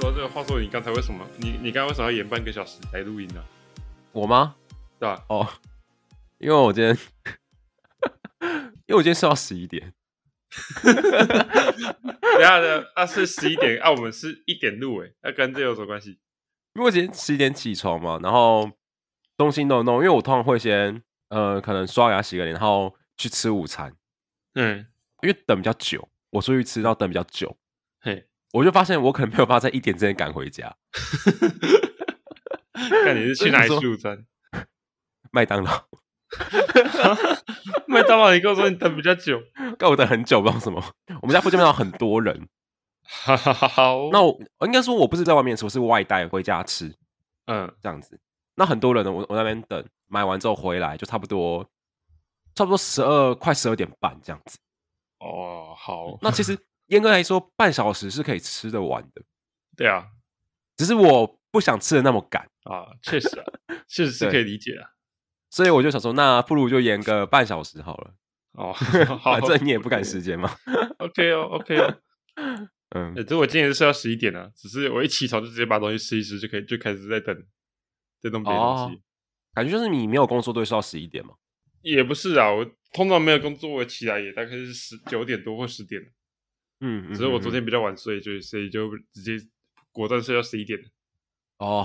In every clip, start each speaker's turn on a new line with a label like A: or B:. A: 这个话说，你刚才为什么？你你刚才为什么要延半个小时来录音呢、
B: 我吗？
A: 对吧？
B: 哦，因为我今天，因为我今天睡到十一点，
A: 等一下的啊是十一点啊，我们是一点录诶，那、跟这有什么关系？
B: 因为我今天十一点起床嘛，然后东西弄一弄，因为我通常会先呃，可能刷牙、洗个脸，然后去吃午餐，
A: 嗯，
B: 因为等比较久，我出去吃到等比较久，
A: 嘿，
B: 我就发现我可能没有办法在一点之前赶回家，
A: 看你是去哪里吃午餐？
B: 麦当劳，
A: 麦当劳，你跟我说你等比较久，
B: 干我等很久，不知道什么，我们家附近麦当劳很多人，
A: 好，
B: 那我应该说我不是在外面吃，我是外带回家吃，
A: 嗯
B: 这样子。那很多人呢，我我那边等买完之后回来，就差不多差不多十二快十二点半这样子。
A: 哦好，
B: 那 其实严格来说，半小时是可以吃得完的，
A: 对啊
B: 只是我不想吃的那么赶，
A: 啊，确实 啊，确实是
B: 对
A: 可以理解啊。
B: 所以我就想说，那不如就延个半小时好 了，
A: 哦，好
B: 反正你也不赶时间嘛。
A: ，OK 哦，OK 哦。
B: 嗯，
A: 欸，这我今天是要十一点啊，只是我一起床就直接把东西吃一吃，就可以就开始在等，在弄别的东西。
B: 哦感觉就是你没有工作都会睡到十一点嘛。
A: 也不是啊，我通常没有工作，我起来也大概是十九点多或十点，
B: 嗯，嗯
A: 只是我昨
B: 嗯嗯
A: 天比较晚睡，就所以就直接果断睡到十一点，
B: 哦，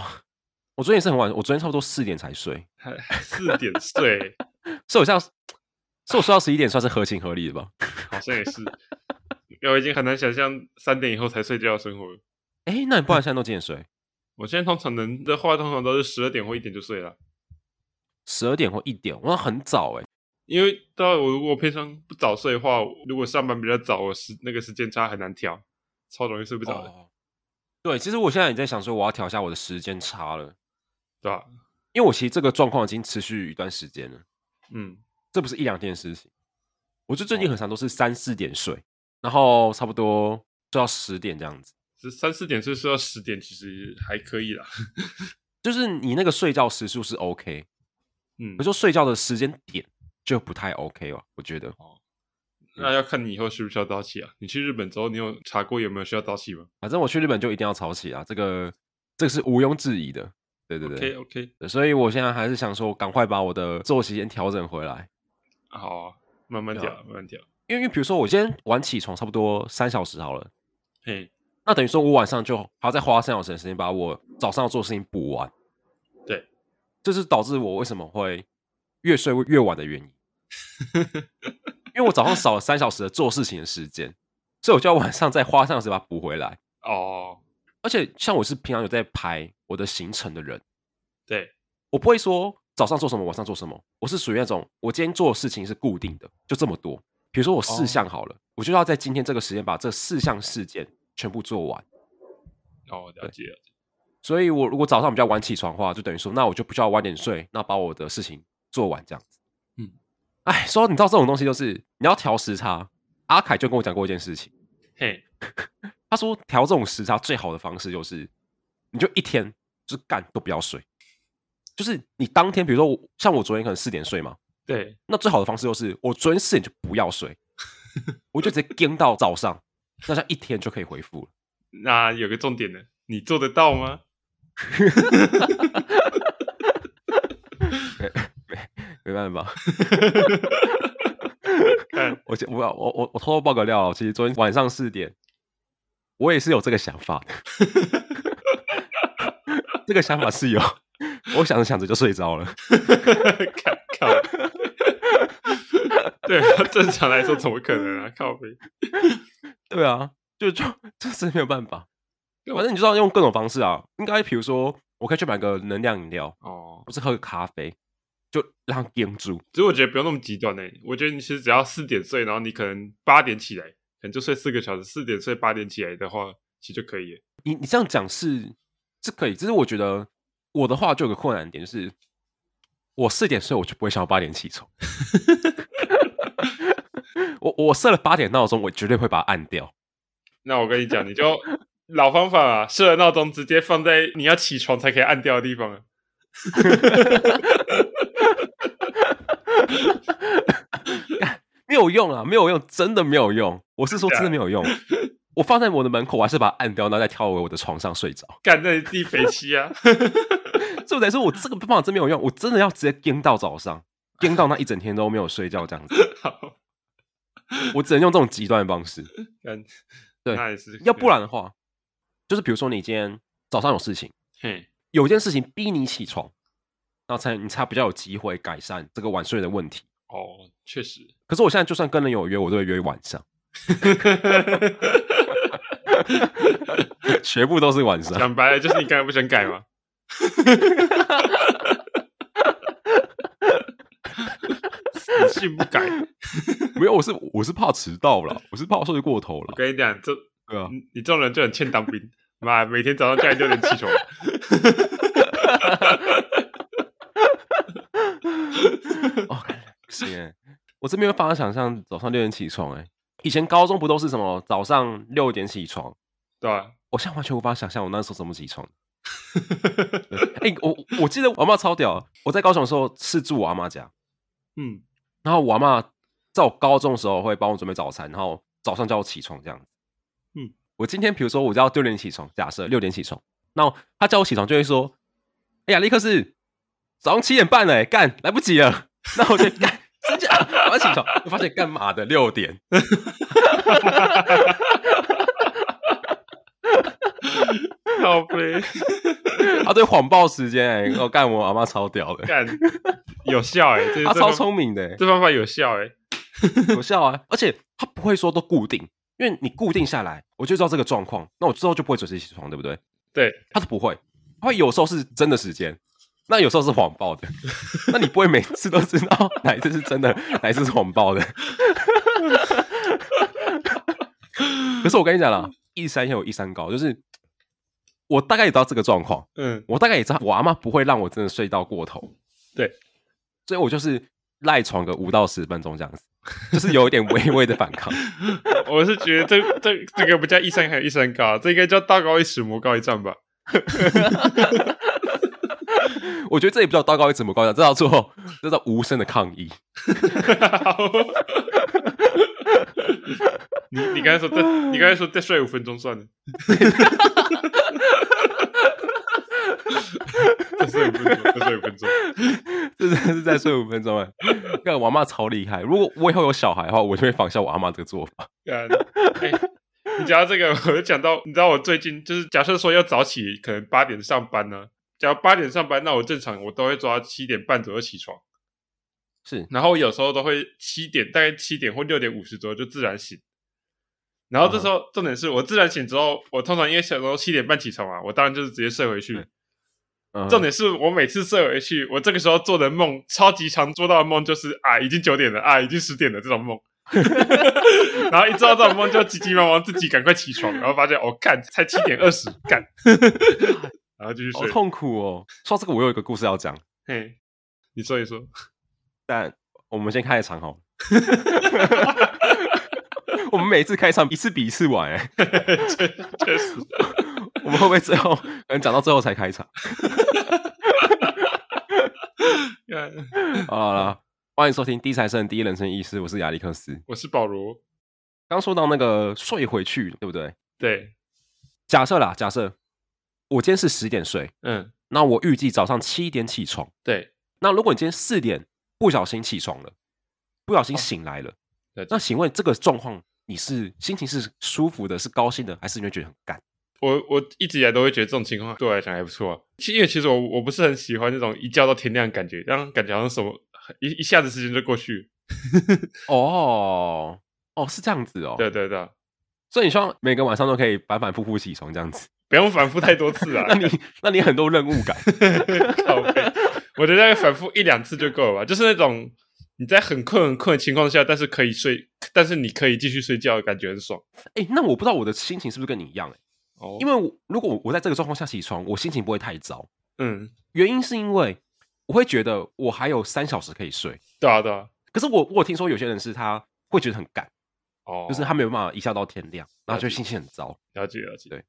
B: 我昨天也是很晚，我昨天差不多四点才睡，
A: 还四点睡，
B: 所以我像，所以我睡到十一点算是合情合理的吧。
A: 好像也是。我已经很难想象三点以后才睡觉的生活了。
B: 哎、那你不然现在都几点睡？
A: 我现在通常能的话，通常都是十二点或一点就睡了，
B: 十二点或一点，我很早哎、
A: 因为到我如果平常不早睡的话，如果上班比较早，我时那个时间差很难调，超容易睡不
B: 不
A: 着的。
B: 哦对，其实我现在也在想说，我要调一下我的时间差了，
A: 对吧？
B: 因为我其实这个状况已经持续一段时间了，
A: 嗯，
B: 这不是一两天的事情。我就最
A: 哦
B: 近很长都是三四点睡，然后差不多睡到十点这样子。
A: 这三四点睡睡到十点，其实还可以啦。
B: 就是你那个睡觉时数是 OK，
A: 嗯
B: 可，是睡觉的时间点就不太 OK 了，我觉得。
A: 哦那要看你以后需不需要早起啊。你去日本之后，你有查过有没有需要早起吗
B: 反正我去日本就一定要早起啊，这个这个是毋庸置疑的。对对对
A: ？OK 哦 OK，
B: 对所以我现在还是想说，赶快把我的作息先调整回来。
A: 好啊、慢慢
B: 对
A: 调
B: 啊，
A: 慢慢调。
B: 因为因为比如说我今天晚起床差不多三小时好了，
A: 嘿，
B: 那等于说我晚上就还要再花三小时的时间把我早上要做的事情补完。
A: 对，
B: 这是导致我为什么会越睡越晚的原因，因为我早上少了三小时的做事情的时间，所以我就要晚上再花三小时把它补回来。
A: 哦，
B: 而且像我是平常有在排我的行程的人，
A: 对，
B: 我不会说早上做什么，晚上做什么，我是属于那种我今天做的事情是固定的，就这么多。比如说我四项好了，我就要在今天这个时间把这四项事件全部做完。
A: 哦，了解了。
B: 所以我如果早上比较晚起床的话，就等于说，那我就不需要晚点睡，那把我的事情做完这样子。
A: 嗯，
B: 哎，说到你知道这种东西，就是你要调时差。阿凯就跟我讲过一件事情，
A: 嘿，
B: 他说调这种时差最好的方式就是，你就一天就是干都不要睡，就是你当天，比如说我像我昨天可能四点睡嘛，
A: 对，
B: 那最好的方式就是我昨天四点就不要睡， 我就直接盯到早上，那这样一天就可以回复了。
A: 那有个重点呢，你做得到吗？
B: 没办法，
A: 看，
B: 我先我要我我我偷偷爆个料啊，其实昨天晚上四点，我也是有这个想法的， 这个想法是有，我想着想着就睡着了。
A: 看，看， 对啊，正常来说怎么可能啊？靠背，
B: 对啊，就就这是没有办法，反正你就要用各种方式啊，应该比如说我可以去买个能量饮料，
A: 哦，
B: 或是喝个咖啡，就让它盯住。
A: 其实我觉得不用那么极端呢、我觉得你其实只要四点睡，然后你可能八点起来，可能就睡四个小时，四点睡八点起来的话，其实就可以了。
B: 你你这样讲是是可以，只是我觉得我的话就有个困难点，就是我四点睡，我就不会想要八点起床。我我设了八点闹钟，我绝对会把它按掉。
A: 那我跟你讲，你就老方法啊，设了闹钟直接放在你要起床才可以按掉的地方啊。
B: 没有用啊，没有用，真的没有用。我是说真的没有用。 我放在我的门口，我还是把它按掉，然后再跳回我的床上睡着。
A: 干那地肥妻啊！
B: 所以我才说我这个方法真没有用，我真的要直接颠到早上，颠到那一整天都没有睡觉这样子。
A: 好，
B: 我只能用这种极端的方式，
A: 干
B: 对
A: 那也是，
B: 要不然的话，就是比如说你今天早上有事情，
A: 嘿，
B: 有一件事情逼你起床，然后才你才比较有机会改善这个晚睡的问题。
A: 哦，确 实，
B: 可是我现在就算跟人有约，我都会约晚上， 全部都是晚上。
A: 讲白了就是你刚才不想改嘛，死性不改。
B: 没有，我是我是怕迟到了，我是怕睡过头
A: 我
B: 了。
A: 跟你讲，这
B: 对啊，
A: 你你这种人就很欠当兵，妈，每天早上叫你六点起床，
B: 哦，不行欸、我真没有办法想象早上六点起床哎、以前高中不都是什么早上六点起床？
A: 对吧？
B: 我现在完全无法想象我那时候怎么起床。对哎、我我记得我阿妈超屌，我在高中的时候是住我阿妈家，
A: 嗯，
B: 然后我阿妈在我高中的时候会帮我准备早餐，然后早上叫我起床这样子。
A: 嗯，
B: 我今天比如说我要六点起床，假设六点起床，那她叫我起床就会说：“哎呀，立刻是早上七点半了、欸干来不及了。”那我就干真假， 我要起床，我发现干嘛的六点，
A: 好呗，
B: 她对谎报时间、哎，我干我阿妈超屌的，
A: 干有效哎、这
B: 她
A: 这
B: 超
A: 方
B: 聪明的、哎
A: 这方法有效哎、
B: 有效啊，而且它不会说都固定，因为你固定下来，我就知道这个状况，那我之后就不会准时起床，对不对？
A: 对，
B: 它是不会，它会有时候是真的时间，那有时候是谎报的，那你不会每次都知道哪一次是真的，哪一次是谎报的。 可是我跟你讲啦，一山有一山高，就是我大概也知道这个状况，
A: 嗯，
B: 我大概也知道我阿妈不会让我真的睡到过头，
A: 对，
B: 所以我就是赖床个五到十分钟这样子，就是有一点微微的反抗。
A: 我是觉得这这这个不叫一山还有一山高，啊这应该叫道高一尺，魔高一丈吧？
B: 我觉得这也不叫道高一尺，魔高一丈，这叫做这叫无声的抗议。
A: 好你你刚才说再你刚才说再睡五分钟算了， 再睡五分钟，再睡五分钟，
B: 这真的是在睡五分 钟哎！看我阿妈超厉害，如果我以后有小孩的话，我就会仿效我阿妈这个做法。
A: 干哎你讲到这个，我就讲到，你知道我最近就是假设说要早起，可能八点上班呢、假如八点上班，那我正常我都会抓七点半左右起床，
B: 是，
A: 然后我有时候都会七点，大概七点或六点五十左右就自然醒。然后这时候、重点是我自然醒之后，我通常因为小时候七点半起床嘛，我当然就是直接睡回去。
B: 嗯嗯
A: 重点是我每次睡回去，我这个时候做的梦，超级常做到的梦就是啊，已经九点了啊，已经十点了这种梦。 然后一做到这种梦，就急急忙忙自己赶快起床，然后发现哦，干才七点二十，干， 然后继续
B: 好
A: 睡。
B: 痛苦哦。说到这个，我有一个故事要讲，
A: 嘿，你说一说，
B: 但我们先开个 场好了。我们每次开场一次比一次晚哎，
A: 确确实，
B: 我们会不会最后可能讲到最后才开场？
A: 干
B: 好了，欢迎收听《第三生第一人生意识》，我是亚历克斯。
A: 我是保罗，
B: 刚说到那个睡回去，对不对？
A: 对，
B: 假设啦，假设我今天是十点睡，
A: 嗯，
B: 那我预计早上七点起床。
A: 对，
B: 那如果你今天四点不小心起床了，不小心醒来了，
A: 哦了解
B: 那请问这个状况你是心情是舒服的，是高兴的，还是你会觉得很干？
A: 我我一直以来都会觉得这种情况对我来讲还不错、啊。其因为其实我我不是很喜欢那种一觉到天亮的感觉，让感觉好像什么一一下子时间就过去。
B: 哦哦，是这样子哦。
A: 对，对对啊，
B: 所以你希望每个晚上都可以反反复复起床这样 子。
A: 不用反复太多次 啊。
B: 那你那你很多任务 感
A: 靠背，我觉得大概反复一两次就够了吧。就是那种你在很困很困的情况下，但是可以睡，但是你可以继续睡觉，感觉很爽。
B: 哎、那我不知道我的心情是不是跟你一样、欸、
A: 哦
B: 因为我如果我我在这个状况下起床，我心情不会太糟，
A: 嗯，
B: 原因是因为我会觉得我还有三小时可以睡。
A: 对啊对啊，
B: 可是我我有听说有些人是他会觉得很赶，
A: 哦，
B: 就是他没有办法一下到天亮，然后就心情很糟。
A: 了解了解，
B: 对，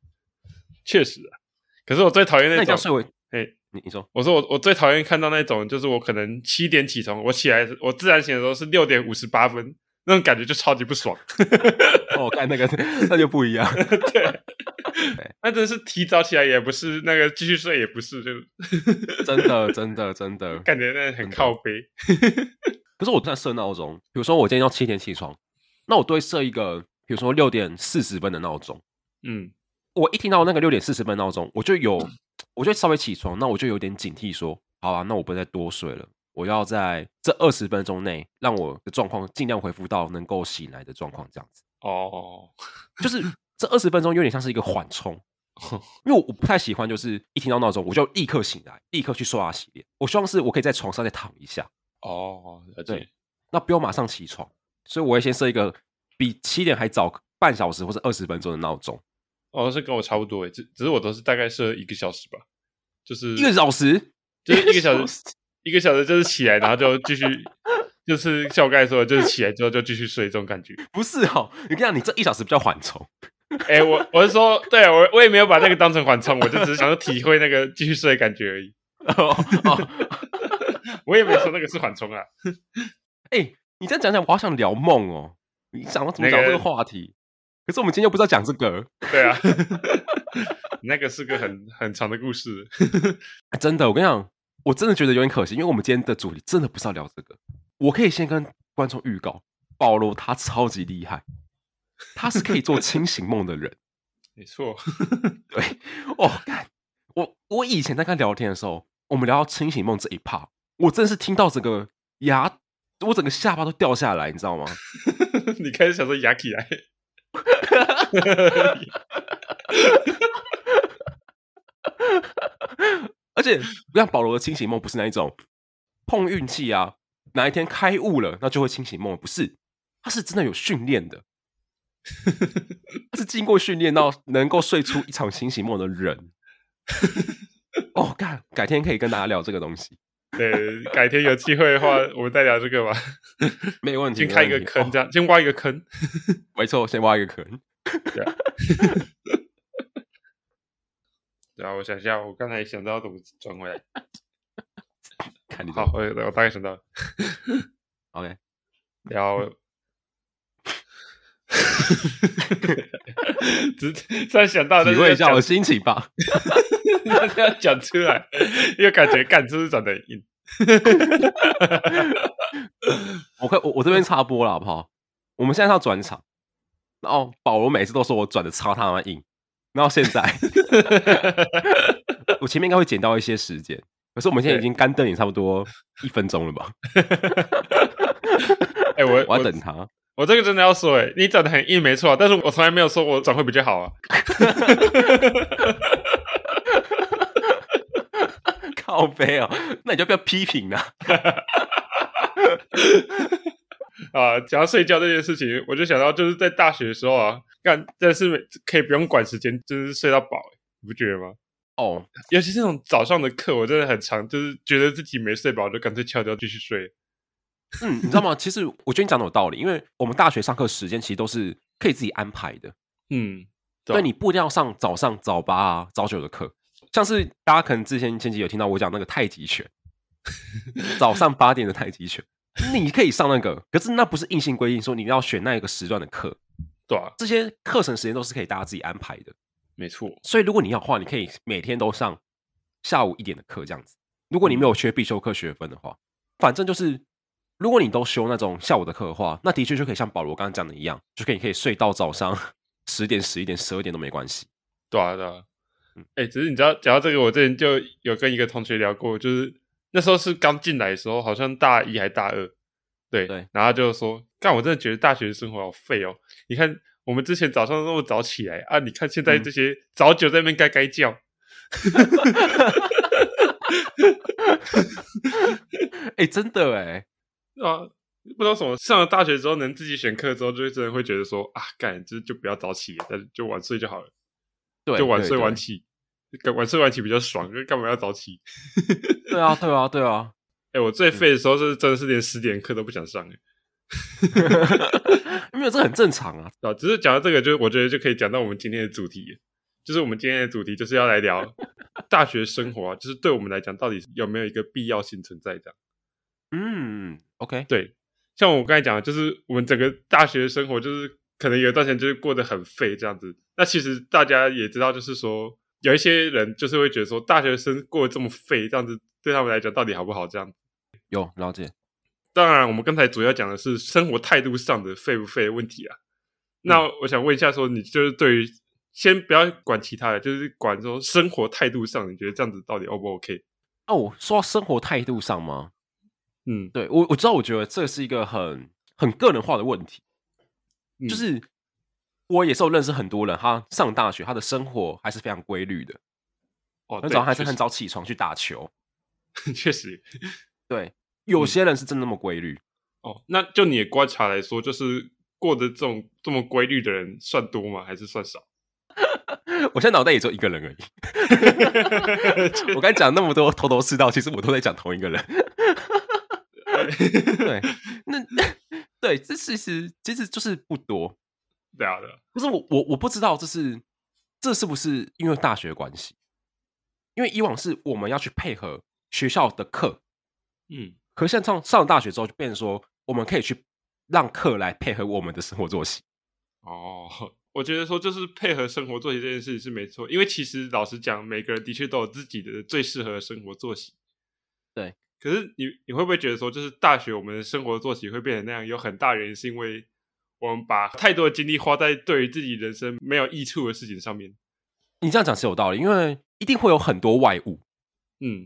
A: 确实啊。可是我最讨厌
B: 那
A: 那
B: 你这样
A: 种，
B: 睡回，
A: 哎，
B: 你你说
A: 我说我我最讨厌看到那种，就是我可能七点起床，我起来我自然醒的时候是六点五十八分，那种感觉就超级不爽。
B: 哦，干那个那就不一 样。
A: 对，那真的是提早起来也不是，那个继续睡也不是，就
B: 真的，真的，真的。
A: 感觉那很靠背。
B: 可是我在设闹钟，比如说我今天要七点起床，那我都会设一个，比如说六点四十分的闹钟。
A: 嗯
B: 我一听到那个六点四十分闹钟，我就有，我就稍微起床，那我就有点警惕说，好啊，那我不能再多睡了，我要在这二十分钟内让我的状况尽量恢复到能够醒来的状况，这样子。
A: 哦，
B: 就是这二十分钟有点像是一个缓 冲
A: 哦，
B: 因为我不太喜欢就是一听到闹钟我就立刻醒来，立刻去刷牙洗脸。我希望是我可以在床上再躺一下，
A: 哦，了解
B: 对。那不用马上起床，所以我会先设一个比七点还早半小时或者二十分钟的闹钟，
A: 哦，是跟我差不多诶，只只是我都是大概设一个小时吧，就是
B: 一个小时，
A: 就是一个小时，一个小时就是起来，然后就继续，就是像我刚才说的，就是起来之后就继续睡这种感觉。
B: 不是哦。你跟你讲，你这一小时比较缓 冲，
A: 哎、我我是说，对啊我我也没有把那个当成缓冲，我就只是想要体会那个继续睡的感觉而已。
B: 哦哦，
A: 我也没说那个是缓冲啊，
B: 哎、你这样讲讲，我好想聊梦哦。你想要怎么
A: 那
B: 聊
A: 个
B: 这个话题？可是我们今天又不知道讲这个，
A: 对啊， 那个是个很很长的故事。
B: 哎真的，我跟你讲，我真的觉得有点可惜，因为我们今天的主题真的不是要聊这个。我可以先跟观众预告，保罗他超级厉害，他是可以做清醒梦的人。
A: 没错，
B: 哦，干！我我以前在跟他聊天的时候，我们聊到清醒梦这一趴，我真的是听到整个牙，我整个下巴都掉下来，你知道吗？
A: 你开始想说牙起来，
B: 而且，像保罗的清醒梦不是那一种碰运气啊，哪一天开悟了那就会清醒梦，不是，他是真的有训练 的，他是经过训练到能够睡出一场清醒梦的人。哦，干，改天可以跟大家聊这个东西，
A: 对，改天有机会的话，我们再聊这个吧。
B: 没问题。
A: 先开一
B: 没
A: 个
B: 问题
A: 坑，
B: 哦
A: 这样、先挖一个坑。
B: 没错，先挖一个坑。
A: 啊然后我想一下，我刚才想到怎么转回来。
B: 看你怎
A: 好
B: 么，
A: 我我大概想到了，
B: ，OK，
A: 然后
B: 嗯
A: 只突然想到，但
B: 体
A: 是
B: 会
A: 要
B: 一下
A: 讲
B: 我的心情吧。
A: 但是要讲出来，因为 感觉干是不是长得很硬？
B: 我快我我这边插播了好不好？我们现在是要转场，然后保罗每次都说我转的超他妈硬，然后现在我前面应该会剪到一些时间，可是我们现在已经干瞪眼差不多一分钟了吧？
A: 哎、我
B: 我要等他，
A: 我这个真的要说、哎，你长得很硬没错啊，但是我从来没有说我转会比较好啊。
B: 靠背哦，那你就不要批评了。
A: 啊，讲到睡觉这件事情，我就想到就是在大学的时候啊，干真的是每可以不用管时间，就是睡到饱、哎你不觉得吗？
B: 哦，
A: 尤其是那种早上的课，我真的很常就是觉得自己没睡饱，就干脆翘掉继续睡。
B: 嗯，你知道吗？其实我觉得你讲的有道理，因为我们大学上课时间其实都是可以自己安排的，
A: 嗯，对啊
B: 对你不一定要上早上早八啊、早九的课，像是大家可能之前前几集有听到我讲那个太 极拳，早上八点的太极拳，你可以上那个，可是那不是硬性规定说你要选那一个时段的课，
A: 对啊，
B: 这些课程时间都是可以大家自己安排的。
A: 没错。
B: 所以如果你要的话，你可以每天都上下午一点的课这样子。如果你没有缺必修课学分的话，反正就是如果你都修那种下午的课的话，那的确就可以像保罗刚刚讲的一样，就可以可以睡到早上十点、十一点、十二点都没关系。
A: 对啊，对啊
B: 嗯。
A: 哎、只是你知道，讲到这个，我之前就有跟一个同学聊过，就是那时候是刚进来的时候，好像大一还大二，对，
B: 对
A: 然后他就说，干，我真的觉得大学生活好废哦。你看我们之前早上那么早起来啊，你看现在这些早九在那边该该叫，
B: 哎、真的哎，
A: 啊，不知道什么。上了大学之后，能自己选课之后，就会真的会觉得说啊，干，就就不要早起，但是就晚睡就好了，
B: 对，
A: 就晚
B: 对
A: 睡晚
B: 对
A: 起，干晚睡晚起比较爽，就干嘛要早起？
B: 对啊，对啊，对啊。
A: 哎、我最废的时候是真的是连十点课都不想上、欸，
B: 没有，这很正常啊。
A: 啊，只是讲到这个，就是我觉得就可以讲到我们今天的主题，就是我们今天的主题就是要来 聊大学生活、啊，就是对我们来讲到底有没有一个必要性存在？这样
B: 嗯，OK，
A: 对，像我刚才讲的，就是我们整个大学生活，就是可能有一段时间就是过得很废这样子。那其实大家也知道，就是说有一些人就是会觉得说，大学生过得这么废，这样子对他们来讲到底好不好？这样，
B: 有了解，
A: 当然我们刚才主要讲的是生活态度上的废不废的问题啊。
B: 嗯
A: 那我想问一下，说你就是对于先不要管其他的，就是管说生活态度上，你觉得这样子到底 O 不 OK？
B: 哦，说到生活态度上吗？
A: 嗯，
B: 对我我知道，我觉得这是一个很很个人化的问题，
A: 嗯
B: 就是我也是有认识很多人，他上大学他的生活还是非常规律的，
A: 哦，
B: 很
A: 对
B: 早上还是
A: 确
B: 很
A: 实
B: 早起床去打球。
A: 确实
B: 对，有
A: 嗯
B: 些人是真的那么规律，
A: 哦。那就你的观察来说，就是过得这种这么规律的人算多吗？还是算 少？
B: 我现在脑袋也只有一个人而已。 我刚才讲那么多头头是道，其实我都在讲同一个人。
A: 啊
B: 对， 那对，这其实其实就是不多，
A: 对啊，对啊，
B: 可是我我我不知道这是这是不是因为大学的关系？因为以往是我们要去配合学校的课，
A: 嗯，
B: 可是现在上上了大学之后，就变成说我们可以去让课来配合我们的生活作息。
A: 哦， 我觉得说就是配合生活作息这件事情是没错，因为其实老实讲，每个人的确都有自己的最适合的生活作息。
B: 对，
A: 可是你你会不会觉得说，就是大学我们的生活作息会变成那样，有很大原因是因为我们把太多的精力花在对于自己人生没有益处的事情上面。
B: 你这样讲是有道理，因为一定会有很多外物，
A: 嗯，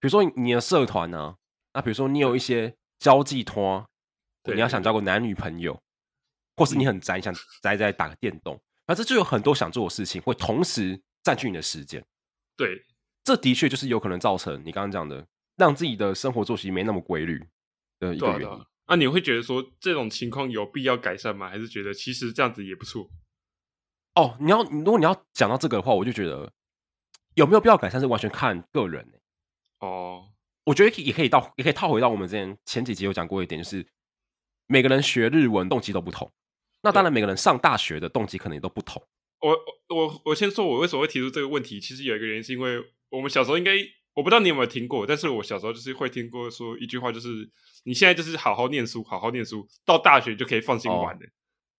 B: 比如说你的社团啊，那比如说你有一些交际托，
A: 对嗯
B: 你要想交个男女朋友，或是你很宅，想宅在打个电动，那这就有很多想做的事情会同时占据你的时间。
A: 对，
B: 这的确就是有可能造成你刚刚讲的，让自己的生活作息没那么规律的一
A: 对
B: 个
A: 啊，
B: 原
A: 对
B: 因。
A: 啊。那、你会觉得说这种情况有必要改善吗？还是觉得其实这样子也不错？
B: 哦，你要如果你要讲到这个的话，我就觉得有没有必要改善是完全看个人欸、
A: 哦，
B: 我觉得也可以到，也可以套回到我们之前前几集有讲过一点，就是每个人学日文动机都不同。那当然，每个人上大学的动机可能也都不同。
A: 我我我先说，我为什么会提出这个问题？其实有一个原因，是因为我们小时候应该，我不知道你有没有听过，但是我小时候就是会听过说一句话，就是你现在就是好好念书，好好念书，到大学就可以放心
B: 哦
A: 玩了。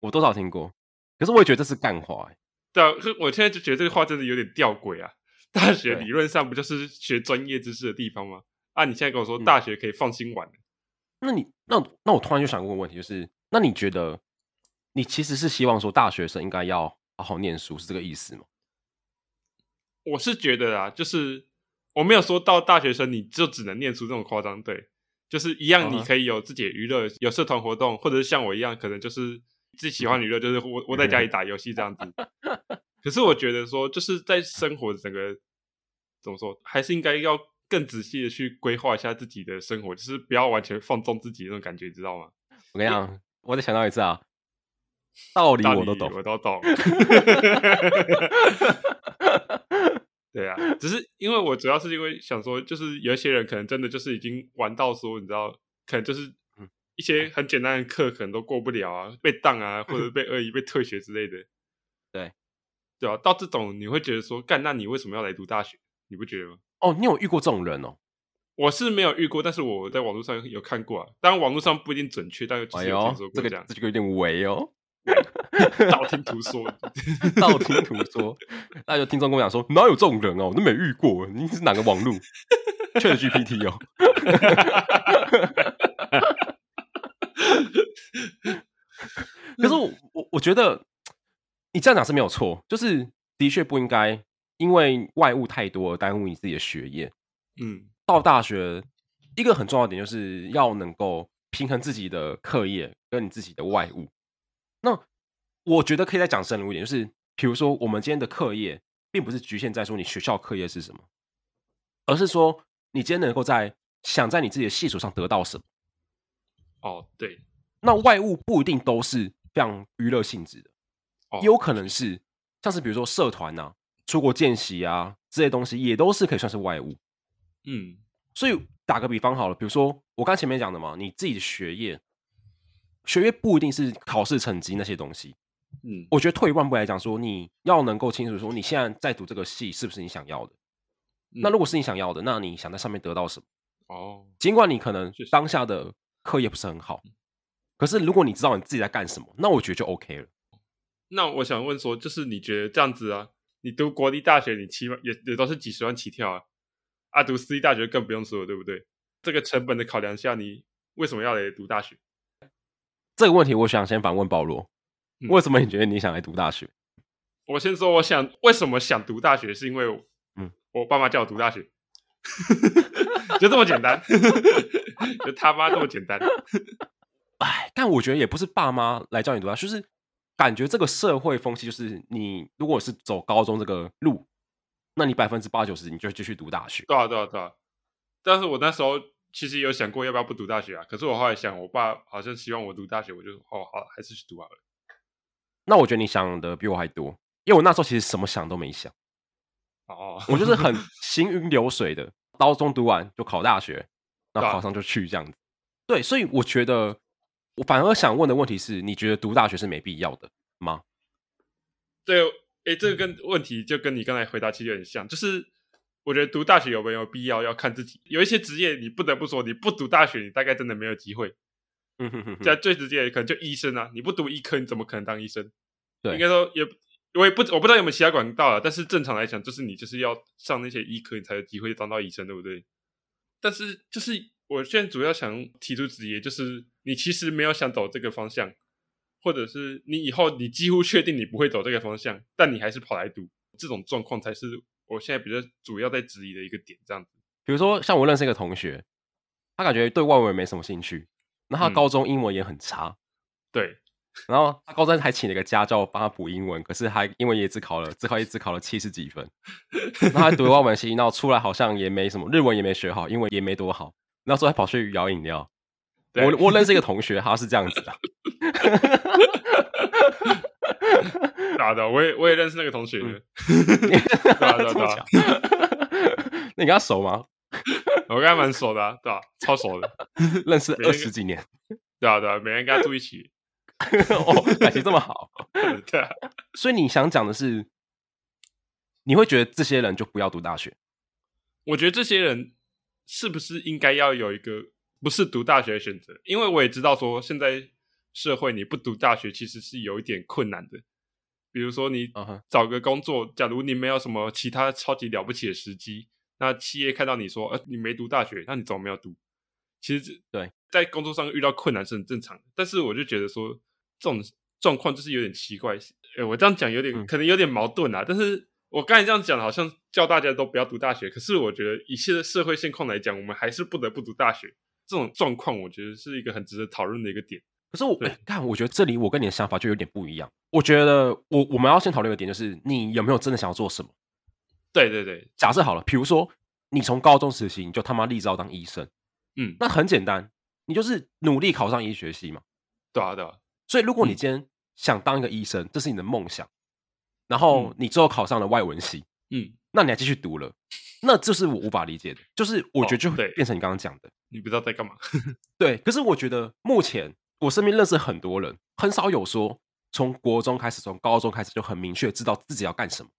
B: 我多少听过，可是我也觉得这是干话、欸。
A: 对啊，可我现在就觉得这个话真的有点吊诡啊！大学
B: 对
A: 理论上不就是学专业知识的地方吗？啊，你现在跟我说
B: 嗯
A: 大学可以放心玩了，
B: 那你那那我突然就想问个问题，就是那你觉得你其实是希望说大学生应该要好好念书，是这个意思吗？
A: 我是觉得啊，就是我没有说到大学生你就只能念书这种夸张，对，就是一样
B: 嗯哼
A: 你可以有自己的娱乐，有社团活动，或者是像我一样，可能就是自己喜欢娱乐，就是我我在家里打游戏这样 子。可是我觉得说，就是在生活整个怎么说，还是应该要更仔细的去规划一下自己的生活，就是不要完全放纵自己那种感觉，知道吗？
B: 我跟你讲，我再想到一次啊，道理
A: 道
B: 我都
A: 理
B: 懂。
A: 我都 懂。 对啊，只是因为我主要是因为想说，就是有一些人可能真的就是已经玩到说，你知道，可能就是
B: 嗯
A: 一些很简单的课可能都过不了啊，被当啊， 或者被恶意、被退学之类的。
B: 对，
A: 对啊，到这种你会觉得说，干，那你为什么要来读大学？你不觉得吗？
B: 哦，你有遇过这种 人哦？
A: 我是没有遇过，但是我在网络上有看过啊。当然，网络上不一定准确，但是就
B: 哎
A: 是有
B: 呦
A: 听说，
B: 这
A: 过
B: 个
A: 这样，
B: 这个有点违哦，
A: 道听途说。
B: 道听途说。那有听众跟我讲说，哪有这种人哦，我都没遇过。你是哪个网路？Chat GPT 哦， 可是我我我觉得你这样讲是没有错，就是的确不应该因为外物太多而耽误你自己的学业。
A: 嗯，
B: 到大学一个很重要的点就是要能够平衡自己的课业跟你自己的外物。那我觉得可以再讲深入一点，就是比如说我们今天的课业，并不是局限在说你学校课业是什么，而是说你今天能够在想在你自己的系数上得到什么。
A: 哦，对，
B: 那外物不一定都是非常娱乐性质的，
A: 哦，
B: 也有可能是像是比如说社团呐、出国见习啊这些东西，也都是可以算是外物。
A: 嗯，
B: 所以打个比方好了，比如说我刚前面讲的嘛，你自己的学业，学业不一定是考试成绩那些东西。
A: 嗯，
B: 我觉得退一万步来讲说，你要能够清楚说你现在在读这个系是不是你想要的。那如
A: 果
B: 果是你想要的，那你想在上面得到什么？
A: 哦，
B: 尽管你可能
A: 确实嗯
B: 当下的课业不是很好，可是如果你知道你自己在干什么，那我觉得就 OK 了。
A: 那我想问说，就是你觉得这样子啊，你读国立大学，你起码也也都是几十万起跳啊，啊，读私立大学更不用说了，对不对？这个成本的考量下，你为什么要来读大学？
B: 这个问题，我想先反问保罗，
A: 嗯
B: 为什么你觉得你想来读大学？
A: 我先说，我想为什么想读大学，是因为我
B: 嗯，
A: 我爸妈叫我读大学， 就这么简单， 就他妈这么简单。
B: 哎，但我觉得也不是爸妈来教你读大学，就是感觉这个社会风气就是你如果是走高中这个路，那你百分之八九十你就继续读大学。
A: 对啊，对啊，对啊。但是我那时候其实有想过要不要不读大学啊，可是我后来想，我爸好像希望我读大学，我就哦好，还是去读好了。
B: 那我觉得你想的比我还多，因为我那时候其实什么想都没想，
A: 哦，
B: 我就是 很行云流水的，高中读完就考大学，那
A: 对啊
B: 考上就去这样子。对，所以我觉得我反而想问的问题是，你觉得读大学是没必要的吗？
A: 对，诶，这个跟问题就跟你刚才回答其实有点像，就是我觉得读大学有没有必要要看自己，有一些职业你不得不说，你不读大学，你大概真的没有机会。
B: 嗯哼哼哼
A: 在最直接的可能就医生啊，你不读医科，你怎么可能当医生？
B: 对
A: 应该说也我也不我不知道有没有其他管道啊，但是正常来讲，就是你就是要上那些医科，你才有机会当到医生，对不对？但是就是我现在主要想提出质疑，就是你其实没有想走这个方向，或者是你以后你几乎确定你不会走这个方向，但你还是跑来读，这种状况才是我现在比较主要在质疑的一个点，这样子。
B: 比如说像我认识一个同学，他感觉对外文没什么兴趣，然后他
A: 嗯
B: 高中英文也很差，
A: 对，
B: 然后他高中还请了一个家教帮他补英文，可是他英文也只考了，只考也只考了七十几分，然后他读外文系，然后出来好像也没什么，日文也没学好，英文也没多好，那时候还跑去摇饮料。
A: 对
B: 我我认识一个同学，他是这样子的，
A: 打的，我也我也认识那个同学
B: 嗯
A: 的， 对啊对啊
B: 这么
A: 对啊
B: 巧那你跟他熟吗？
A: 我跟他蛮熟的、啊，对吧、超熟的，
B: 认识
A: 没那
B: 二
A: 个
B: 十几年，
A: 对啊，对啊，每天跟他住一起，
B: 哦，感情这么好，
A: 对啊，
B: 所以你想讲的是，你会觉得这些人就不要读大学？
A: 我觉得这些人是不是应该要有一个不是读大学的选择？因为我也知道说，现在社会你不读大学其实是有一点困难的。比如说你
B: 嗯哼
A: 找个工作，假如你没有什么其他超级了不起的时机，那企业看到你说，呃，你没读大学，那你怎么没有读？其实这
B: 对，
A: 在工作上遇到困难是很正常的。但是我就觉得说，这种状况就是有点奇怪。呃，我这样讲有点、
B: 嗯
A: 可能有点矛盾啊，但是我刚才这样讲，好像叫大家都不要读大学。可是我觉得以现在社会现况来讲，我们还是不得不读大学。这种状况，我觉得是一个很值得讨论的一个点。
B: 可是我
A: 对
B: 哎看、我觉得这里我跟你的想法就有点不一样。我觉得我我们要先讨论一个点，就是你有没有真的想要做什么？
A: 对对对，
B: 假设好了，比如说你从高中时期你就他妈立志要当医生，
A: 嗯，
B: 那很简单，你就是努力考上医学系嘛。
A: 对啊对啊，
B: 所以如果你
A: 嗯
B: 今天想当一个医生，这是你的梦想，然后
A: 嗯
B: 你最后考上了外文系，
A: 嗯，
B: 那你还继续读了，那这是我无法理解的，就是我觉得
A: 哦
B: 就会
A: 对
B: 变成你刚刚讲的。
A: 你不知道在干嘛。
B: 对，可是我觉得目前我身边认识很多人，很少有说从国中开始、从高中开始就很明确知道自己要干什么。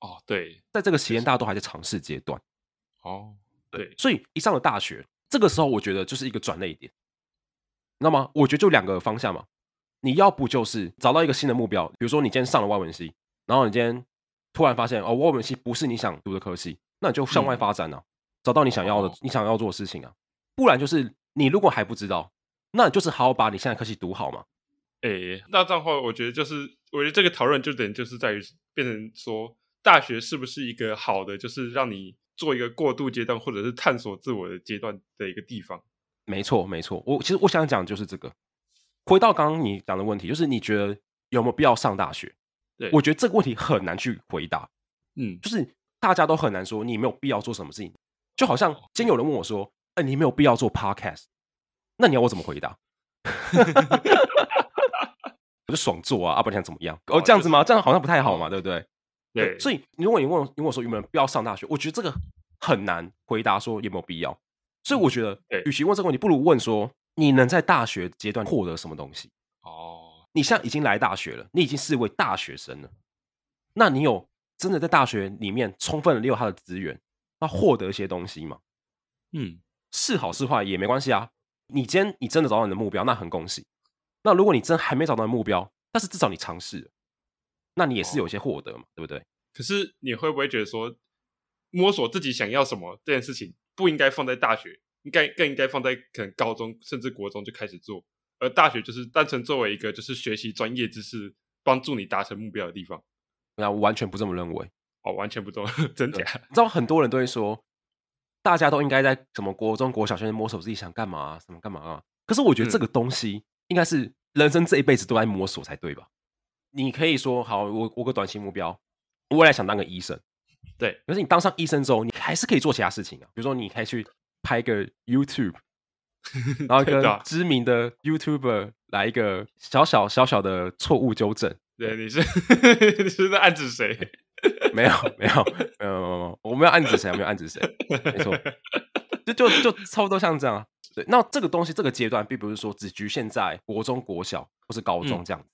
A: 哦，对，
B: 在这个期间，大家都还在尝试阶段，
A: 哦，对，
B: 所以一上了大学，这个时候我觉得就是一个转捩点，你知道吗？我觉得就两个方向嘛，你要不就是找到一个新的目标，比如说你今天上了外文系，然后你今天突然发现哦，外文系不是你想读的科系，那你就向外
A: 嗯
B: 发展啊，找到你想要的、
A: 哦
B: 你想要做的事情啊。不然就是你如果还不知道，那你就是好好把你现在科系读好嘛。
A: 诶，那这样的话，我觉得就是，我觉得这个讨论就等于就是在于变成说，大学是不是一个好的，就是让你做一个过渡阶段，或者是探索自我的阶段的一个地方。
B: 没错，没错。我其实我想讲的就是这个。回到刚刚你讲的问题，就是你觉得有没有必要上大学？
A: 对
B: 我觉得这个问题很难去回答，
A: 嗯，
B: 就是大家都很难说你没有必要做什么事情。就好像今天有人问我说：“哎、你没有必要做 podcast，那你要我怎么回答？” 我就爽做啊，啊不然想怎么样？哦，
A: 哦
B: 这样子吗？
A: 就是
B: 这样好像不太好嘛，对不对？
A: 对，
B: 所以如果你问我，你问我说有没有必要上大学，我觉得这个很难回答说有没有必要。所以我觉得
A: 嗯对，
B: 与其问这个问题，不如问说你能在大学阶段获得什么东西？
A: 哦，
B: 你现在已经来大学了，你已经是一位大学生了，那你有真的在大学里面充分的利用他的资源，那获得一些东西吗？
A: 嗯，
B: 是好是坏也没关系啊。你今天你真的找到你的目标，那很恭喜。那如果你真还没找到目标，但是至少你尝试了，那你也是有一些获得嘛，对不对？
A: 可是你会不会觉得说，摸索自己想要什么这件事情不应该放在大学，应该更应该放在可能高中甚至国中就开始做，而大学就是单纯作为一个就是学习专业知识，帮助你达成目标的地方。
B: 那我完全不这么认为。
A: 哦，完全不重要， 真假
B: 对？你知道很多人都会说，大家都应该在什么国中、国小先摸索自己想干嘛、啊，什么干嘛啊。可是我觉得
A: 嗯
B: 这个东西应该是人生这一辈子都在摸索才对吧？你可以说，好，我我有个短期目标，我未来想当个医生，
A: 对。
B: 可是你当上医生之后，你还是可以做其他事情啊，比如说你可以去拍个 YouTube，然后
A: 对
B: 跟
A: 的啊
B: 知名的 YouTuber 来一个小小小小的错误纠正。
A: 对，你是 你是在暗指谁？
B: 没有，没有，没有，没有，没有，我没有暗指谁，我没有暗指谁。没错，就就就差不多像这样啊。对，那这个东西这个阶段，并不是说只局限在国中、国小或是高
A: 嗯
B: 中这样子，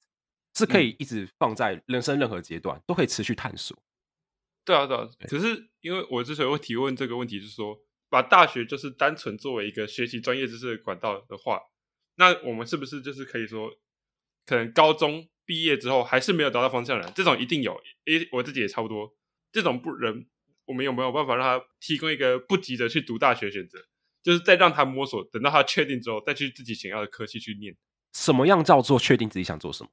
B: 是可以一直放在人生任何阶段都可以持续探索。
A: 对啊，对啊。可是因为我之所以会提问这个问题，是说把大学就是单纯作为一个学习专业知识的管道的话，那我们是不是就是可以说，可能高中毕业之后还是没有找到方向的人，这种一定有，诶，我自己也差不多。这种不人，我们有没有办法让他提供一个不急着去读大学选择，就是再让他摸索，等到他确定之后，再去自己想要的科系去念？
B: 什么样叫做确定自己想做什么？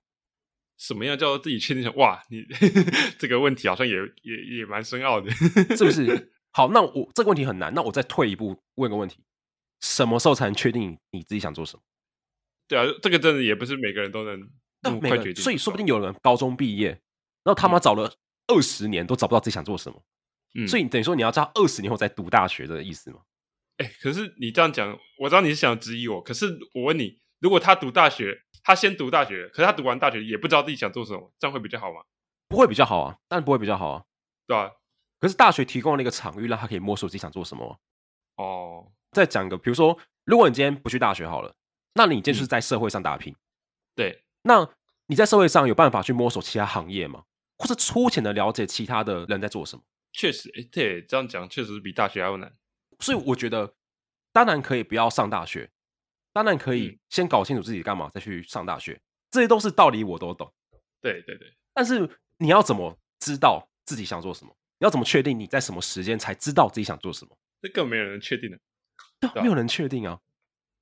A: 什么样叫做自己确定想？哇，你 这个问题好像也也也蛮深奥的，
B: 是不是？好，那我这个问题很难，那我再退一步问个问题：什么时候才能确定你自己想做什么？
A: 对啊，这个真的也不是每个人都能那
B: 那
A: 么
B: 哦每
A: 嗯快
B: 个
A: 决定嗯
B: 人，
A: 的，
B: 所以说不定有人高中毕业，然后他妈找了二十年都找不到自己想做什么，
A: 嗯
B: 所以等于说你要知道二十年后再读大学的意思吗？
A: 哎、可是你这样讲，我知道你是想质疑我，可是我问你，如果他读大学，他先读大学，可是他读完大学也不知道自己想做什么，这样会比较好吗？
B: 不会比较好啊，当然不会比较好啊。
A: 对吧、
B: 可是大学提供了一个场域，让他可以摸索自己想做什么啊。
A: 哦，
B: 再讲一个，比如说，如果你今天不去大学好了，那你今天就是在社会上打拼。
A: 对，
B: 那你在社会上有办法去摸索其他行业吗？或是粗浅的了解其他的人在做什么？
A: 确实，哎、对，这样讲确实比大学还要难。
B: 所以我觉得，当然可以不要上大学，当然可以先搞清楚自己干嘛，再去上大学。这些都是道理，我都懂。
A: 对对对，
B: 但是你要怎么知道自己想做什么？你要怎么确定你在什么时间才知道自己想做什么？
A: 这更没有人确定了，
B: 对
A: 对啊
B: 啊，没有人确定啊。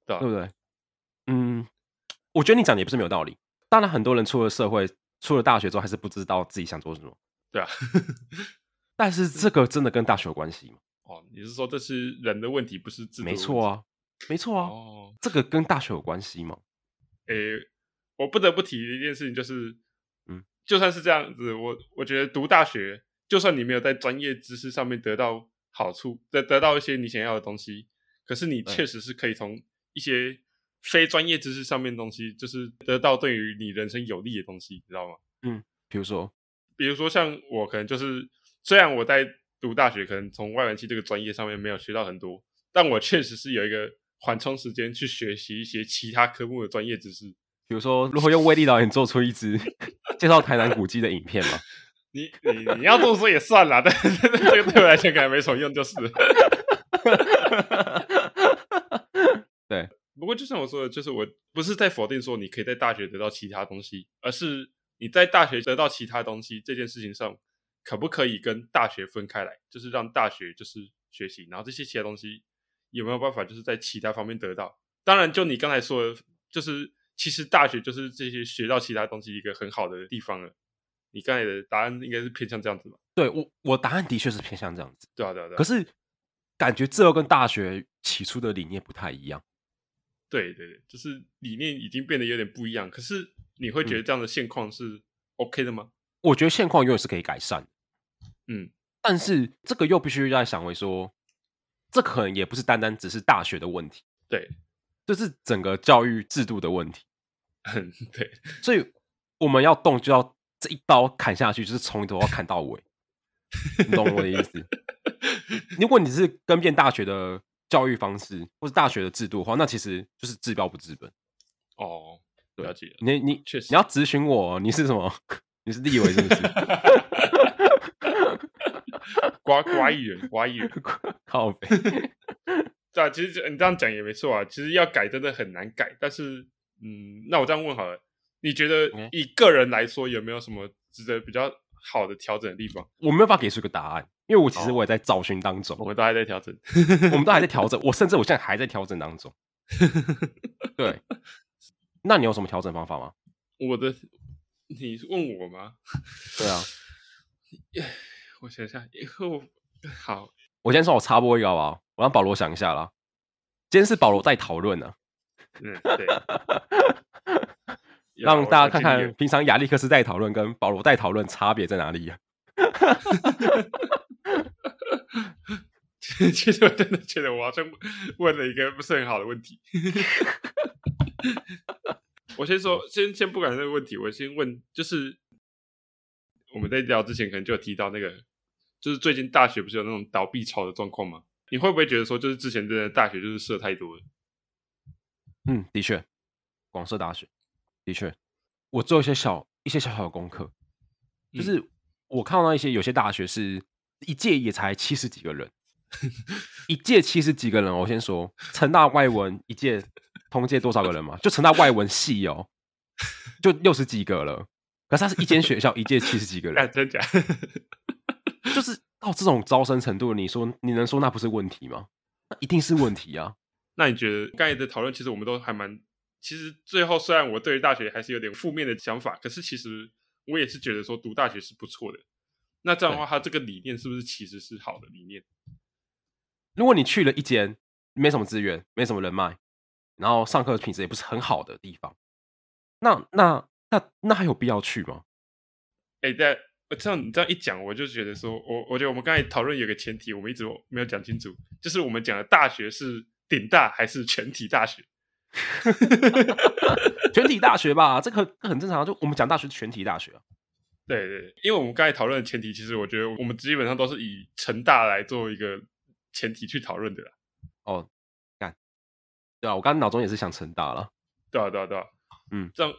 A: 对吧、
B: 对不对？嗯，我觉得你讲的也不是没有道理。当然，很多人出了社会、出了大学之后，还是不知道自己想做什么。
A: 对啊。
B: 但是这个真的跟大学有关系吗？
A: 哦，你是说这是人的问题，不是制度？
B: 没错。啊，没错啊，
A: 哦，
B: 这个跟大学有关系吗？
A: 哎、我不得不提的一件事情就是，
B: 嗯，
A: 就算是这样子，我我觉得读大学，就算你没有在专业知识上面得到好处，得得到一些你想要的东西，可是你
B: 对
A: 确实是可以从一些非专业知识上面的东西，就是得到对于你人生有利的东西，你知道吗？
B: 比如说，
A: 比如说像我可能就是，虽然我在读大学，可能从外文系这个专业上面没有学到很多，但我确实是有一个缓冲时间去学习一些其他科目的专业知识。
B: 比如 说如何用威力导演做出一支 介绍台南古迹的影片嘛？
A: 你你你要这么说也算了，但是这个对我来讲可能没什么用，就是了。不过就像我说的，就是我不是在否定说你可以在大学得到其他东西，而是你在大学得到其他东西这件事情上，可不可以跟大学分开来？就是让大学就是学习，然后这些其他东西有没有办法就是在其他方面得到？当然，就你刚才说的，就是其实大学就是这些学到其他东西一个很好的地方了。你刚才的答案应该是偏向这样子吧？
B: 对我，我答案的确是偏向这样子。
A: 对啊，对啊，对啊。
B: 可是感觉这又跟大学起初的理念不太一样。
A: 对对对，就是理念已经变得有点不一样。可是你会觉
B: 嗯
A: 得这样的现况是 OK 的吗？
B: 我觉得现况永远是可以改善的。
A: 嗯，
B: 但是这个又必须在想回说，这可能也不是单单只是大学的问题，
A: 对，
B: 这是整个教育制度的问题。
A: 嗯，对，
B: 所以我们要动就要这一刀砍下去，就是从头要砍到尾，你懂我的意 思？如果你是跟变大学的教育方式或是大学的制度的话，那其实就是治标不治本。
A: 哦，了解了。
B: 你你
A: 确实
B: 你要咨询我，你是什么？你是立委是不是？
A: 瓜瓜一人，瓜一人，
B: 靠北。
A: 对啊，其实这你这样讲也没错啊。其实要改真的很难改，但是嗯，那我这样问好了，你觉得
B: OK
A: 以个人来说，有没有什么值得比较好的调整的地方？
B: 我没有办法给出一个答案，因为我其实
A: 哦
B: 我也在找寻当中，
A: 我们都还在调整，
B: 我们都还在调整，我甚至我现在还在调整当中。对，那你有什么调整方法吗？
A: 我的，你问我吗？
B: 对啊，
A: 我想一下，以后好，
B: 我先说，我插播一个好不好？我让保罗想一下啦。今天是保罗在讨论啊呢，
A: 嗯，对，有啦啊
B: 让大
A: 我我
B: 家看
A: 尽
B: 看
A: 力
B: 平常亚历克斯在讨论跟保罗在讨论差别在哪里、啊。
A: 了 其实我真的觉得我好像问了一个不是很好的问题。 我先说，先先不管这个问题，我先问，就是我们在聊之前可能就有提到那个，就是最近大学不是有那种倒闭潮的状况吗？你会不会觉得说，就是之前真的大学就是设太多了？
B: 嗯，的确，广设大学的确，我做一些小一些小小的功课，就
A: 嗯
B: 是我看到一些有些大学是一届也才七十几个人，一届七十几个人哦。我先说，成大外文一届同届多少个人嘛？就成大外文系哦，就六十几个了。可是它是一间学校，一届七十几个
A: 哎，
B: 人，
A: 真假？
B: 就是到这种招生程度，你说你能说那不是问题吗？那一定是问题啊。
A: 那你觉得刚才的讨论，其实我们都还蛮……其实最后虽然我对于大学还是有点负面的想法，可是其实我也是觉得说读大学是不错的。那这样的话，他这个理念是不是其实是好的理念？
B: 如果你去了一间没什么资源、没什么人脉，然后上课品质也不是很好的地方，那那那那还有必要去吗？
A: 哎，但我这样你这样一讲，我就觉得说，我我觉得我们刚才讨论有个前提，我们一直没有讲清楚，就是我们讲的大学是顶大还是全体大学？
B: 全体大学吧，这个这个很正常啊。就我们讲大学是全体大学啊，
A: 对对，因为我们刚才讨论的前提，其实我觉得我们基本上都是以成大来做一个前提去讨论的啦。
B: 哦对啊，我刚刚脑中也是想成大了，
A: 对啊，对啊，对啊，
B: 嗯，
A: 这样，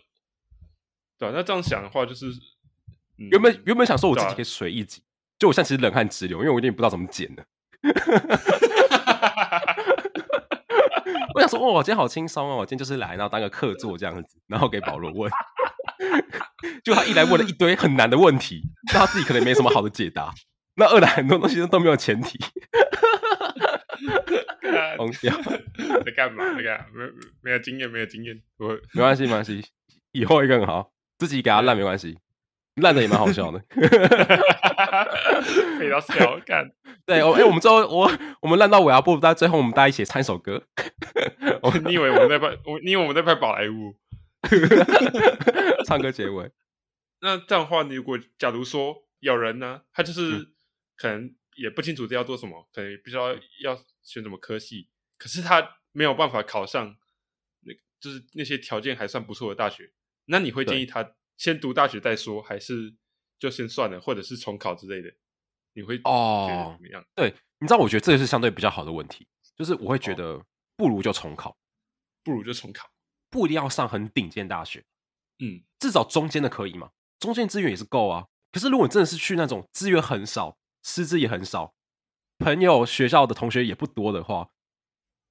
A: 对啊，那这样想的话，就是、嗯
B: 原本原本想说我自
A: 对
B: 己
A: 啊
B: 可以水一级，就我现在其实冷汗直流，因为我有点不知道怎么剪的。我想说，哦，今天好轻松哦，我今天就是来，然后当个客座这样子，然后给保罗问。 就他一来问了一堆很难的问题，那他自己可能没什么好的解答。那二来很多东西都没有前提，哦
A: 干
B: 疯掉。
A: 在干嘛？在干嘛？没有没有经验，没有经验。我
B: 没关系，没关系，以后会更好。自己给他烂没关系，烂的也蛮好笑的。
A: 被他笑干，
B: 对，我哎、我们最后我我们烂到尾牙不，但最后我们大家一起唱一首歌。我
A: 你以为我们在拍？我你以为我们在拍宝莱坞？
B: 唱歌结尾，
A: 那这样的话，你如果假如说有人呢，他
B: 嗯
A: 就是可能也不清楚这要做什么，可能也不知
B: 嗯
A: 道要选什么科系，可是他没有办法考上那就是那些条件还算不错的大学，那你会
B: 对
A: 建议他先读大学再说，还是就先算了，或者是重考之类的？你会
B: 哦
A: 觉得怎么样？
B: 对，你知道，我觉得这是相对比较好的问题，就是我会觉得不如就重考，
A: 不如就重考。
B: 不一定要上很顶尖大学，
A: 嗯，
B: 至少中间的可以嘛，中间资源也是够啊。可是如果你真的是去那种资源很少、师资也很少、朋友学校的同学也不多的话，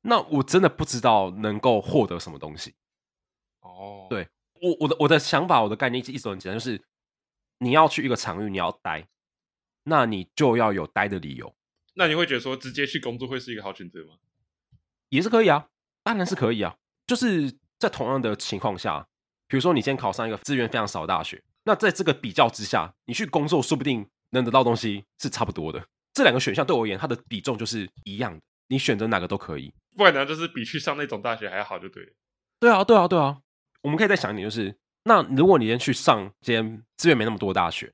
B: 那我真的不知道能够获得什么东西。
A: 哦，
B: 对我我的我的想法，我的概念一直一直都很简单，就是你要去一个场域，你要待，那你就要有待的理由，
A: 那你会觉得说直接去工作会是一个好选择吗？
B: 也是可以啊，当然是可以啊。就是在同样的情况下，比如说你先考上一个资源非常少的大学，那在这个比较之下，你去工作，说不定能得到东西是差不多的。这两个选项对我而言，它的比重就是一样的，你选择哪个都可以。
A: 不然呢，就是比去上那种大学还要好，就对了。
B: 对啊，对啊，对啊。我们可以再想一点，就是那如果你先去上间资源没那么多的大学，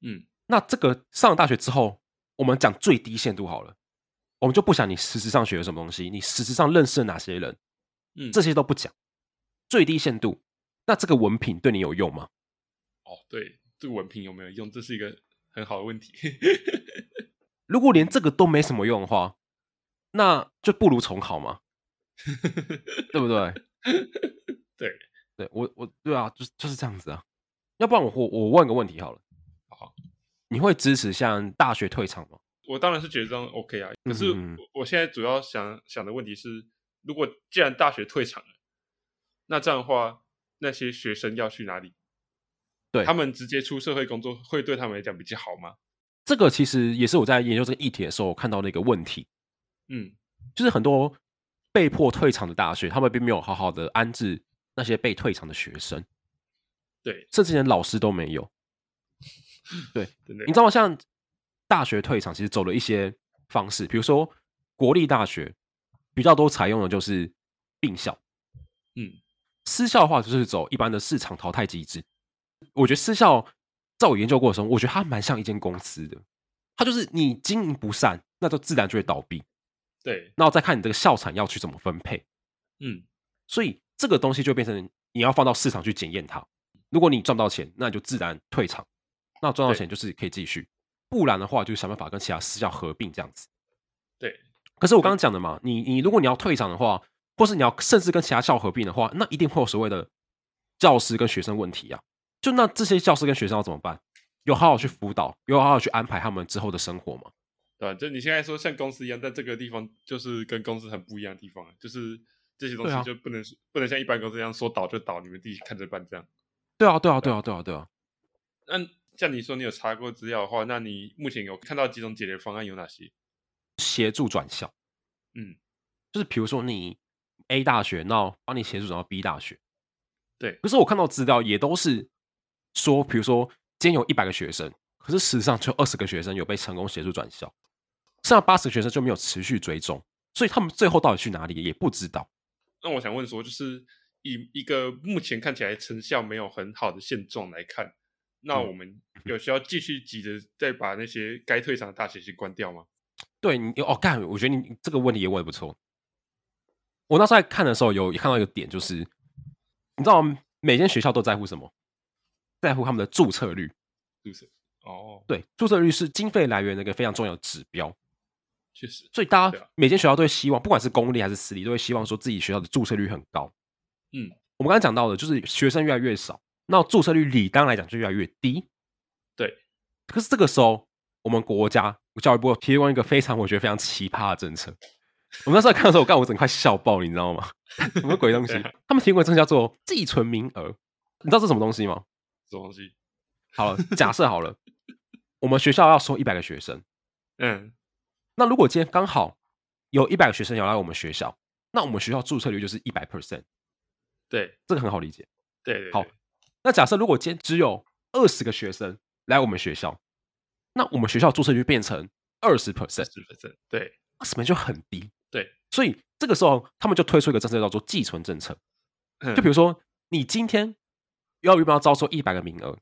A: 嗯，
B: 那这个上了大学之后，我们讲最低限度好了，我们就不想你实质上学了什么东西，你实质上认识了哪些人，
A: 嗯
B: 这些都不讲，最低限度。那这个文凭对你有用吗？
A: 哦，对，这个文凭有没有用？这是一个很好的问题。
B: 如果连这个都没什么用的话，那就不如重考嘛，对不对？
A: 对，
B: 对我我对啊，就是就是这样子啊。要不然我我我问个问题好了，
A: 好，
B: 你会支持像大学退场吗？
A: 我当然是觉得这样 OK 啊。可是
B: 嗯嗯嗯
A: 我我现在主要想想的问题是，如果既然大学退场了，那这样的话，那些学生要去哪里？
B: 对
A: 他们直接出社会工作，会对他们来讲比较好吗？
B: 这个其实也是我在研究这个议题的时候看到的一个问题，
A: 嗯，
B: 就是很多被迫退场的大学，他们并没有好好的安置那些被退场的学生，
A: 对，
B: 甚至连老师都没有。
A: 真的
B: 你，知道吗？像大学退场，其实走了一些方式，比如说国立大学比较多采用的就是并校，
A: 嗯，
B: 私校的话就是走一般的市场淘汰机制。我觉得私校在我研究过程中，我觉得它蛮像一间公司的，它就是你经营不善，那就自然就会倒闭，
A: 对，
B: 然后再看你这个校产要去怎么分配。
A: 嗯，
B: 所以这个东西就变成你要放到市场去检验它。如果你赚不到钱，那你就自然退场；那赚到钱就是可以继续，不然的话就想办法跟其他私校合并这样子。
A: 对。
B: 可是我刚刚讲的嘛，你你如果你要退场的话，或是你要甚至跟其他校合并的话，那一定会有所谓的教师跟学生问题啊。就那这些教师跟学生要怎么办？有好好去辅导，有好好去安排他们之后的生活吗？
A: 对啊吧？就你现在说像公司一样，但这个地方就是跟公司很不一样的地方啊，就是这些东
B: 对啊
A: 西就不能、不能像一般公司一样说倒就倒，你们自己看着办这样。
B: 对啊，对啊，对啊，对啊，对啊。
A: 那像你说你有查过资料的话，那你目前有看到几种解决方案有哪些？
B: 协助转校。
A: 嗯，
B: 就是比如说你 A 大学，那帮你协助转到 B 大学。
A: 对
B: 可是我看到资料也都是说，比如说今天有一百个学生，可是事实上只有二十个学生有被成功协助转校，剩下八十个学生就没有持续追踪，所以他们最后到底去哪里也不知道。
A: 那我想问说，就是以一个目前看起来成效没有很好的现状来看，那
B: 嗯
A: 我们有需要继续急着再把那些该退场的大学先关掉吗？
B: 对你哦，干，我觉得你这个问题也问的不错。我那时候在看的时候有也看到一个点，就是你知道吗每间学校都在乎什么？在乎他们的注册率。
A: 是不是？哦，
B: 对，注册率是经费来源的一个非常重要的指标，
A: 确实，
B: 所以大
A: 对
B: 家
A: 啊
B: 每间学校都会希望，不管是公立还是私立，都会希望说自己学校的注册率很高。
A: 嗯，
B: 我们刚才讲到的，就是学生越来越少，那注册率理当来讲就越来越低。
A: 对，
B: 可是这个时候，我们国家教育部提供一个非常我觉得非常奇葩的政策。我们那时候看的时候，我干我整快笑爆，你知道吗？ 什么鬼东西
A: 对啊？
B: 他们提供一个政策叫做寄存名额，你知道这是什么东西吗？
A: 什么东西？
B: 好了，假设好了，我们学校要收一百个学生。
A: 嗯，
B: 那如果今天刚好有一百个学生要来我们学校，那我们学校注册率就是一百 percent，
A: 对
B: 这个很好理解。
A: 对对，
B: 好
A: 对，
B: 那假设如果今天只有二十个学生来我们学校，那我们学校注册率变成二十 percent，
A: 是不是？对
B: 二十 percent 就很低。
A: 对，
B: 所以这个时候他们就推出一个政策叫做寄存政策，
A: 嗯
B: 就比如说你今天要原本要招收一百个名额，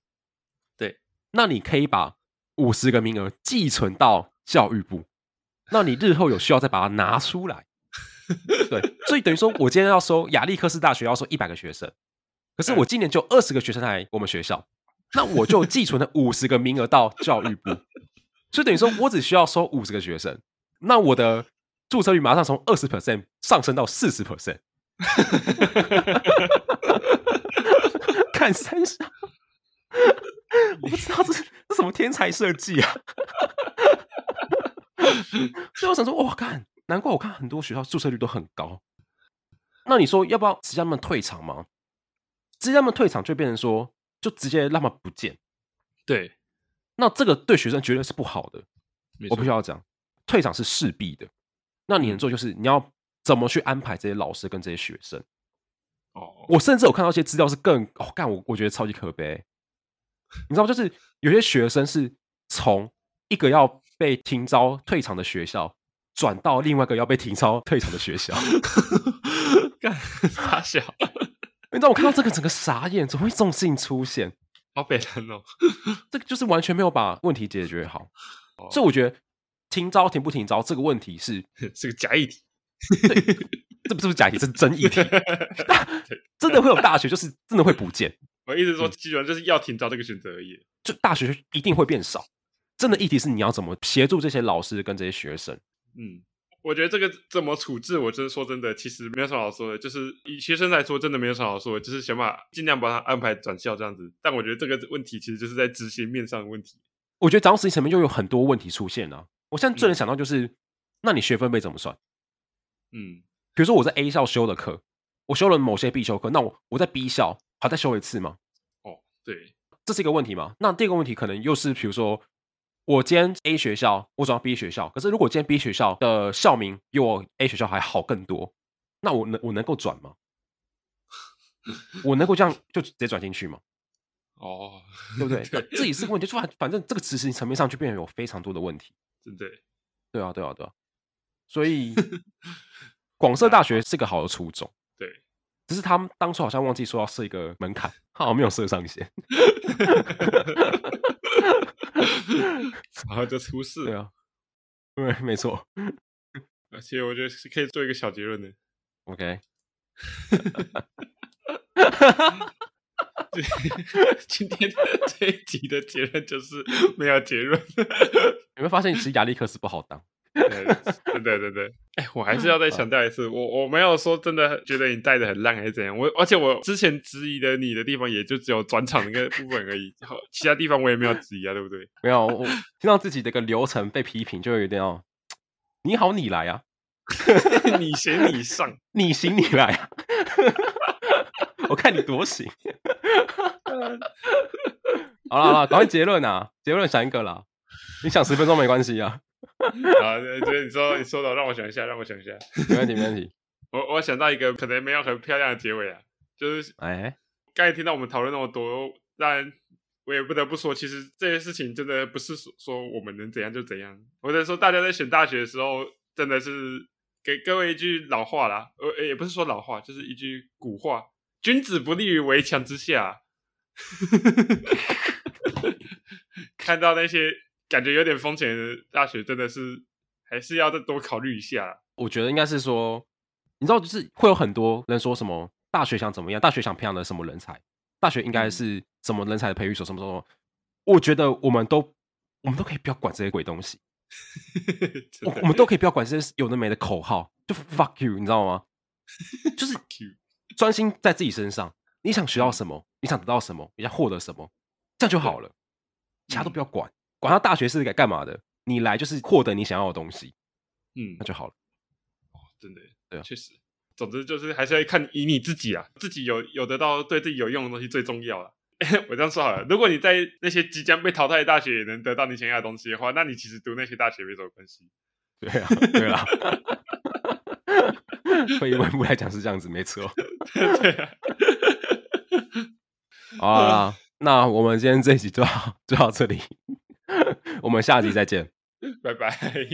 A: 对，
B: 那你可以把五十个名额寄存到教育部，那你日后有需要再把它拿出来。对，所以等于说我今天要收亚历克斯大学要收一百个学生，
A: 嗯
B: 可是我今年就二十个学生来我们学校，那我就寄存了五十个名额到教育部，所以等于说我只需要收五十个学生，那我的注册率马上从二十 percent 上升到四十 percent。看 三下，我不知道这是这什么天才设计啊！ 所以我想说，哇，看，难怪我看很多学校注册率都很高。那你说要不要直接让他们退场吗？直接让他们退场就变成说，就直接让他们不见。
A: 对，
B: 那这个对学生绝对是不好的。
A: 没
B: 我必须
A: 错嗯
B: 要讲，退场是势必的。那你能做就是你要怎么去安排这些老师跟这些学生？
A: 哦，
B: 我甚至有看到一些资料是更哦，干我我觉得超级可悲，你知道吗？就是有些学生是从一个要被停招退场的学校转到另外一个要被停招退场的学校，
A: 干傻笑，
B: 你知道我看到这个整个傻眼，怎么会这种事情出现？
A: 好北人哦，
B: 这个就是完全没有把问题解决好，
A: 哦
B: 所以我觉得停招停不停招这个问题是
A: 是个假议题，
B: 这不是假议题，这是真议题，真的会有大学就是真的会不见，
A: 我一直
B: 嗯
A: 说基本上就是要停招这个选择而已。
B: 就大学一定会变少。真的议题是你要怎么协助这些老师跟这些学生。
A: 嗯，我觉得这个怎么处置，我真的说真的，其实没有什么好说的。就是以学生来说，真的没有什么好说的，就是想办法尽量把他安排转校这样子。但我觉得这个问题其实就是在执行面上的问题。
B: 我觉得长此以层面就有很多问题出现了、我现在最能想到就是，那你学分被怎么算？
A: 嗯，
B: 比如说我在 A 校修的课，我修了某些必修课，那我我在 B 校还再修一次吗？
A: 哦，对，
B: 这是一个问题嘛？那第二个问题可能又是，比如说我今天 A 学校，我转到 B 学校，可是如果今天 B 学校的校名比我 A 学校还好更多，那我能我能够转吗？我能够这样就直接转进去吗？
A: 哦，
B: 对不对？那
A: 对
B: 这也是个问题，就反反正这个执行层面上就变得有非常多的问题。
A: 真的耶，
B: 对啊，对啊，对啊。所 以广设大学是个啊好的初衷，
A: 对，
B: 只是他们当初好像忘记说要设一个门槛，他好像没有设上限。
A: 然后就出事
B: 对
A: 了。
B: 啊，对，没错。
A: 而且我觉得是可以做一个小结论的，
B: OK，
A: 今天这一集的结论就是没有结论。
B: 有没有发现其实亚历克斯不好当？
A: 对对对对，哎，我还是要再强调一次，我我没有说真的觉得你带的很烂还是怎样，我而且我之前质疑的你的地方也就只有转场那个部分而已，好其他地方我也没有质疑啊，对不对？
B: 没有， 我听到自己这个流程被批评，就有点要你好你来啊，
A: 你行你上，
B: 你行你来啊， 我看你多行。嗯 好了好了，赶快结论啊！结论想一个啦，你想十分钟没关系啊，
A: 啊，对对，你说你说的，让我想一下，让我想一下，
B: 没问题没问题。
A: 我我想到一个可能没有很漂亮的结尾啊，就是
B: 哎，
A: 刚才听到我们讨论那么多，但我也不得不说，其实这些事情真的不是说说我们能怎样就怎样。我在说大家在选大学的时候，真的是给各位一句老话啦，呃，也不是说老话，就是一句古话：君子不立于围墙之下。 看到那些感觉有点风险的大学，真的是还是要再多考虑一下啦。
B: 我觉得应该是说，你知道，就是会有很多人说什么大学想怎么样，大学想培养的什么人才，大学应该是什么人才的培育所，什么什么。我觉得我们都我们都可以不要管这些鬼东西，
A: 真
B: 我
A: 的
B: 哦我们都可以不要管这些有的没的口号，就 fuck you，你知道吗？就是专心在自己身上，你想学到什么，你想得到什么，你想获得什么，这样就好了，其他都不要管，管他大学是该干嘛的，你来就是获得你想要的东西，
A: 嗯
B: 那，就好了。
A: 真的耶，
B: 对啊
A: 确实。总之就是还是要看以你自己啊，自己有有得到对自己有用的东西最重要了。 我这样说好了，如果你在那些即将被淘汰的大学也能得到你想要的东西的话，那你其实读那些大学没什么关系。
B: 对啊，对啊。退一万步来讲是这样子，没错。
A: 对啊，
B: 好啦，那我们今天这一集就到 就到这里，我们下集再见。
A: 拜拜。